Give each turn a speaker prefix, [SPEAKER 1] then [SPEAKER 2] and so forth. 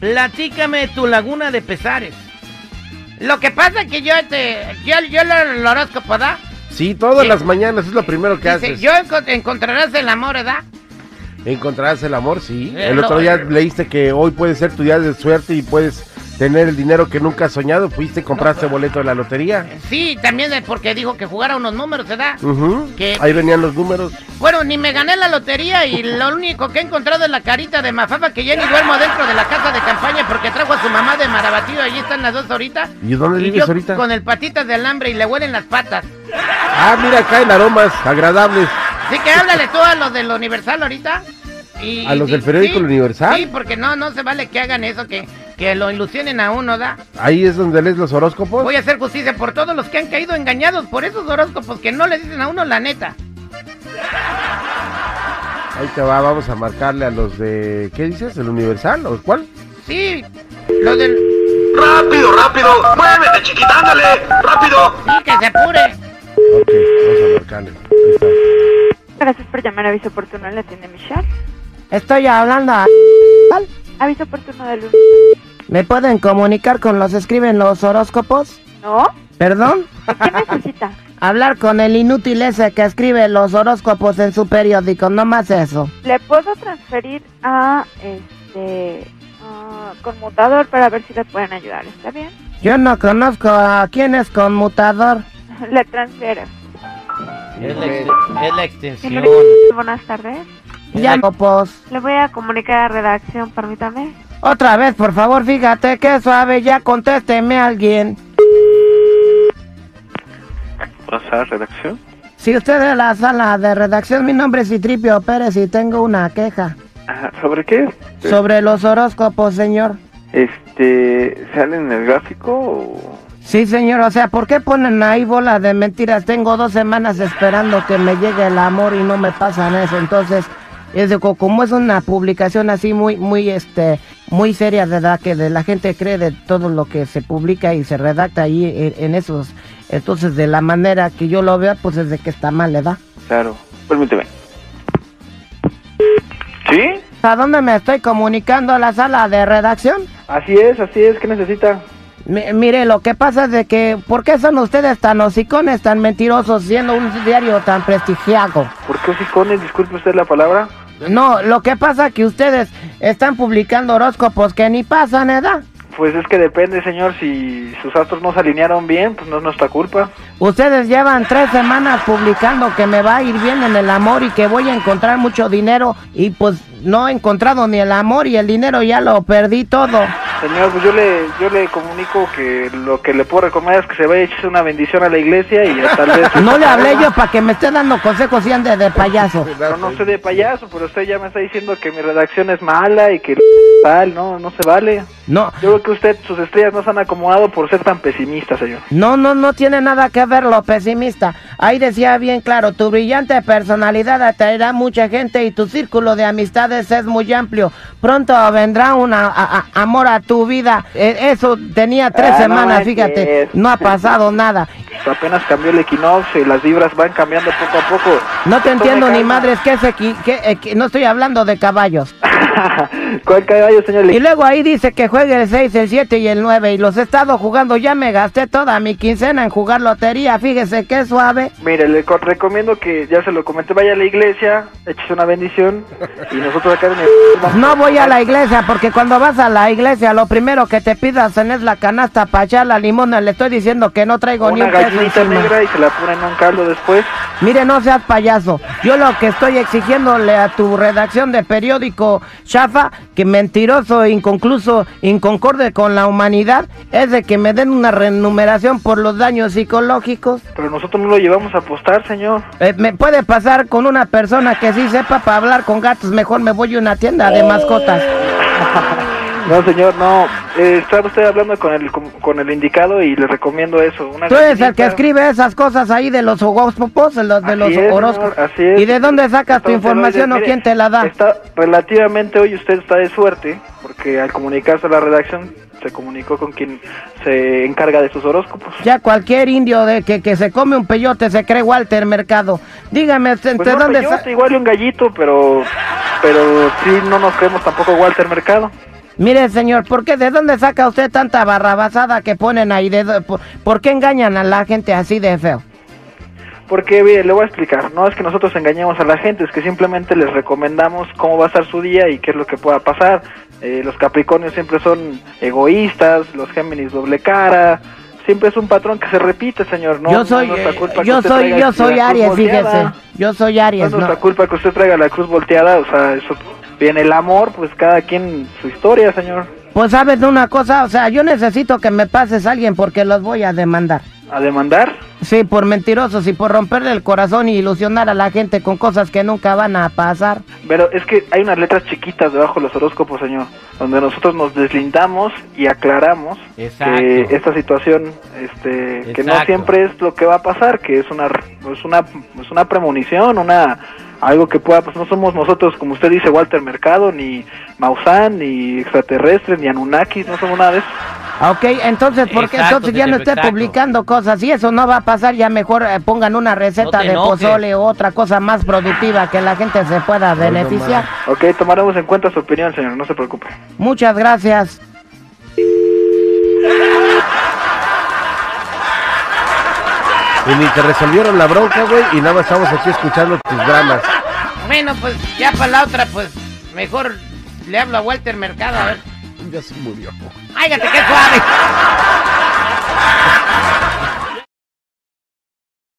[SPEAKER 1] Platícame tu laguna de pesares.
[SPEAKER 2] Lo que pasa es que yo, este, yo, yo lo, el horóscopo, ¿da?
[SPEAKER 3] Sí, todas
[SPEAKER 2] Sí.
[SPEAKER 3] las mañanas es lo primero que
[SPEAKER 2] Dice,
[SPEAKER 3] haces.
[SPEAKER 2] yo encon- encontrarás el amor, ¿verdad?
[SPEAKER 3] Encontrarás el amor, sí.
[SPEAKER 2] Eh,
[SPEAKER 3] el
[SPEAKER 2] lo-
[SPEAKER 3] otro día leíste que hoy puede ser tu día de suerte y puedes tener el dinero que nunca has soñado. Fuiste y compraste boleto de la lotería.
[SPEAKER 2] Sí, también es porque dijo que jugara unos números, ¿verdad?
[SPEAKER 3] Ujú.
[SPEAKER 2] ¿Qué?
[SPEAKER 3] Ahí venían los números.
[SPEAKER 2] Bueno, ni me gané la lotería y lo único que he encontrado es la carita de Mafafa que ya ni duermo dentro de la casa de campaña porque trajo a su mamá de Marabatío. Allí están las dos ahorita.
[SPEAKER 3] ¿Y dónde
[SPEAKER 2] Y
[SPEAKER 3] vives
[SPEAKER 2] yo
[SPEAKER 3] ahorita?
[SPEAKER 2] Con el patitas de alambre y le huelen las patas.
[SPEAKER 3] Ah, mira, caen aromas agradables.
[SPEAKER 2] Así que háblale tú a los del Universal ahorita. Y,
[SPEAKER 3] ¿A los
[SPEAKER 2] y-
[SPEAKER 3] del periódico El Universal?
[SPEAKER 2] Sí, porque no, no se vale que hagan eso, que, que lo ilusionen a uno, ¿da?
[SPEAKER 3] Ahí es donde lees los horóscopos.
[SPEAKER 2] Voy a hacer justicia por todos los que han caído engañados por esos horóscopos que no le dicen a uno la neta.
[SPEAKER 3] Ahí te va, vamos a marcarle a los de. ¿Qué dices? ¿El Universal o cuál?
[SPEAKER 2] Sí, lo del...
[SPEAKER 4] Rápido, rápido. Muévete, chiquita, ándale. Rápido.
[SPEAKER 2] Sí, que se apure.
[SPEAKER 3] Ok, vamos a marcarle. Ahí está.
[SPEAKER 5] Gracias por llamar a Aviso Oportuno, la tiene Michelle.
[SPEAKER 1] Estoy hablando a...
[SPEAKER 5] Aviso Oportuno del
[SPEAKER 1] ¿Me pueden comunicar con los escriben los horóscopos?
[SPEAKER 5] ¿No?
[SPEAKER 1] ¿Perdón?
[SPEAKER 5] ¿Qué necesita?
[SPEAKER 1] Hablar con el inútil ese que escribe los horóscopos en su periódico, no más eso.
[SPEAKER 5] ¿Le puedo transferir a este ah, conmutador para ver si le pueden ayudar? ¿Está bien?
[SPEAKER 1] Yo no conozco a quién es conmutador.
[SPEAKER 5] Le transfiero.
[SPEAKER 2] Es la, extensión.
[SPEAKER 5] Buenas tardes.
[SPEAKER 1] Ya, copos.
[SPEAKER 5] Le voy a comunicar a redacción, permítame.
[SPEAKER 1] Otra vez, por favor, fíjate que suave, ya contésteme a alguien.
[SPEAKER 6] ¿Pasa redacción?
[SPEAKER 1] Si usted es la sala de redacción, mi nombre es Citripio Pérez y tengo una queja.
[SPEAKER 6] Ajá, ¿Sobre qué?
[SPEAKER 1] Sobre los horóscopos, señor.
[SPEAKER 6] Este, ¿sale en el gráfico o...?
[SPEAKER 1] Sí, señor, o sea, ¿por qué ponen ahí bola de mentiras? Tengo dos semanas esperando que me llegue el amor y no me pasan eso. Entonces, es de co- como es una publicación así muy, muy, este, muy seria, ¿verdad? Que de la gente cree de todo lo que se publica y se redacta ahí en, en esos. Entonces, de la manera que yo lo veo, pues es de que está mal, ¿verdad?
[SPEAKER 6] Claro. Permíteme. ¿Sí?
[SPEAKER 1] ¿A dónde me estoy comunicando a la sala de redacción?
[SPEAKER 6] Así es, así es. ¿Qué necesita?
[SPEAKER 1] Mi- mire, lo que pasa es de que, ¿por qué son ustedes tan hocicones, tan mentirosos, siendo un diario tan prestigiado?
[SPEAKER 6] ¿Por qué hocicones? Disculpe usted la palabra.
[SPEAKER 1] No, lo que pasa que ustedes están publicando horóscopos que ni pasan, ¿eh? ¿verdad?
[SPEAKER 6] Pues es que depende, señor. Si sus astros no se alinearon bien, pues no es nuestra culpa.
[SPEAKER 1] Ustedes llevan tres semanas publicando que me va a ir bien en el amor y que voy a encontrar mucho dinero y pues no he encontrado ni el amor y el dinero ya lo perdí todo.
[SPEAKER 6] Señor, pues yo le, yo le comunico que lo que le puedo recomendar es que se vaya a echarse una bendición a la iglesia y ya tal vez...
[SPEAKER 1] No le hablé yo para que me esté dando consejos y ande de payaso.
[SPEAKER 6] Pero no soy de payaso, pero usted ya me está diciendo que mi redacción es mala y que tal, no, no se vale.
[SPEAKER 1] No,
[SPEAKER 6] Yo creo que usted, sus estrellas no se han acomodado por ser tan pesimista, señor.
[SPEAKER 1] No, no, no tiene nada que ver lo pesimista. Ahí decía bien claro, tu brillante personalidad atraerá mucha gente y tu círculo de amistades es muy amplio. Pronto vendrá un a- a- a- amor a tu vida. Eh, eso tenía tres
[SPEAKER 6] Ah, no
[SPEAKER 1] semanas,
[SPEAKER 6] manches.
[SPEAKER 1] fíjate. No ha pasado nada.
[SPEAKER 6] Pues apenas cambió el equinoccio y las vibras van cambiando poco a poco.
[SPEAKER 1] No te
[SPEAKER 6] Tome
[SPEAKER 1] entiendo ni
[SPEAKER 6] calma.
[SPEAKER 1] madres que es equi- que equi- no estoy hablando de caballos.
[SPEAKER 6] ¿Cuál caballo, señor?
[SPEAKER 1] Y luego ahí dice que juegue el 6, el 7 y el 9 y los he estado jugando, ya me gasté toda mi quincena en jugar lotería, fíjese qué suave.
[SPEAKER 6] Mire, le co- recomiendo que, ya se lo comenté, vaya a la iglesia, échese una bendición y nosotros acá en el...
[SPEAKER 1] No voy a la iglesia porque cuando vas a la iglesia lo primero que te pidas en es la canasta para echar la limona. Le estoy diciendo que no traigo ni
[SPEAKER 6] Una
[SPEAKER 1] un peso
[SPEAKER 6] gallinita
[SPEAKER 1] encima.
[SPEAKER 6] negra y se la ponen en un caldo después.
[SPEAKER 1] Mire, no seas payaso. Yo lo que estoy exigiéndole a tu redacción de periódico Chafa, que mentiroso, inconcluso, inconcorde con la humanidad, es de que me den una remuneración por los daños psicológicos.
[SPEAKER 6] Pero nosotros no lo llevamos a apostar, señor.
[SPEAKER 1] Eh, me puede pasar con una persona que sí sepa para hablar con gatos, mejor me voy a una tienda de mascotas.
[SPEAKER 6] No, señor, no. Eh, está usted hablando con el, con, con el indicado y le recomiendo eso. Una
[SPEAKER 1] Tú eres el
[SPEAKER 6] gallinita.
[SPEAKER 1] que escribe esas cosas ahí de los horóscopos, de los, de
[SPEAKER 6] Así
[SPEAKER 1] los
[SPEAKER 6] es, señor,
[SPEAKER 1] horóscopos.
[SPEAKER 6] así es.
[SPEAKER 1] ¿Y de dónde sacas tu
[SPEAKER 6] Entonces,
[SPEAKER 1] información
[SPEAKER 6] oye,
[SPEAKER 1] o
[SPEAKER 6] mire,
[SPEAKER 1] quién te la da?
[SPEAKER 6] Está, relativamente hoy usted está de suerte, porque al comunicarse a la redacción se comunicó con quien se encarga de sus horóscopos.
[SPEAKER 1] Ya cualquier indio de que, que se come un peyote se cree Walter Mercado. Dígame, ¿de
[SPEAKER 6] Pues
[SPEAKER 1] de
[SPEAKER 6] no,
[SPEAKER 1] dónde
[SPEAKER 6] peyote,
[SPEAKER 1] sa-
[SPEAKER 6] igual y un gallito, pero pero sí no nos creemos tampoco Walter Mercado.
[SPEAKER 2] Mire, señor, ¿por qué? ¿De dónde saca usted tanta barrabasada que ponen ahí? ¿De dó- por, por qué engañan a la gente así de feo?
[SPEAKER 6] Porque, mire, le voy a explicar, no es que nosotros engañemos a la gente, es que simplemente les recomendamos cómo va a estar su día y qué es lo que pueda pasar. Eh, los Capricornios siempre son egoístas, los Géminis doble cara, siempre es un patrón que se repite, señor. No,
[SPEAKER 2] yo
[SPEAKER 6] No
[SPEAKER 2] soy,
[SPEAKER 6] es nuestra
[SPEAKER 2] eh,
[SPEAKER 6] culpa que
[SPEAKER 2] yo
[SPEAKER 6] usted
[SPEAKER 2] soy,
[SPEAKER 6] traiga
[SPEAKER 2] yo
[SPEAKER 6] la
[SPEAKER 2] soy
[SPEAKER 6] cruz
[SPEAKER 2] Aries,
[SPEAKER 6] volteada.
[SPEAKER 2] fíjese. Yo soy
[SPEAKER 6] No
[SPEAKER 2] Aries,
[SPEAKER 6] es nuestra
[SPEAKER 2] no.
[SPEAKER 6] culpa que usted traiga la cruz volteada, o sea, eso viene el amor, pues cada quien su historia, señor.
[SPEAKER 2] Pues sabes de una cosa, o sea, yo necesito que me pases a alguien porque los voy a demandar.
[SPEAKER 6] A demandar.
[SPEAKER 2] Sí, por mentirosos y por romperle el corazón y ilusionar a la gente con cosas que nunca van a pasar.
[SPEAKER 6] Pero es que hay unas letras chiquitas debajo de los horóscopos, señor, donde nosotros nos deslindamos y aclaramos
[SPEAKER 1] Exacto.
[SPEAKER 6] que esta situación, este, que no
[SPEAKER 1] Exacto.
[SPEAKER 6] siempre es lo que va a pasar, que es una, es una, es una premonición, una algo que pueda, pues no somos nosotros, como usted dice, Walter Mercado, ni Maussan, ni extraterrestres, ni Anunnakis, no somos nada de eso.
[SPEAKER 2] Ah, Ok, entonces, ¿por qué
[SPEAKER 1] Exacto,
[SPEAKER 2] entonces ya no
[SPEAKER 1] señor,
[SPEAKER 2] esté
[SPEAKER 1] exacto.
[SPEAKER 2] publicando cosas? Si eso no va a pasar, ya mejor eh, pongan una receta
[SPEAKER 1] No te
[SPEAKER 2] de
[SPEAKER 1] enojes.
[SPEAKER 2] pozole o otra cosa más productiva que la gente se pueda beneficiar.
[SPEAKER 6] Ok, tomaremos en cuenta su opinión, señor, no se preocupe.
[SPEAKER 2] Muchas gracias.
[SPEAKER 3] Y ni te resolvieron la bronca, güey, y nada más estamos aquí escuchando tus dramas.
[SPEAKER 1] Bueno, pues ya para la otra, pues mejor le hablo a Walter Mercado. A ver.
[SPEAKER 3] Ya se murió.
[SPEAKER 1] Áigate, qué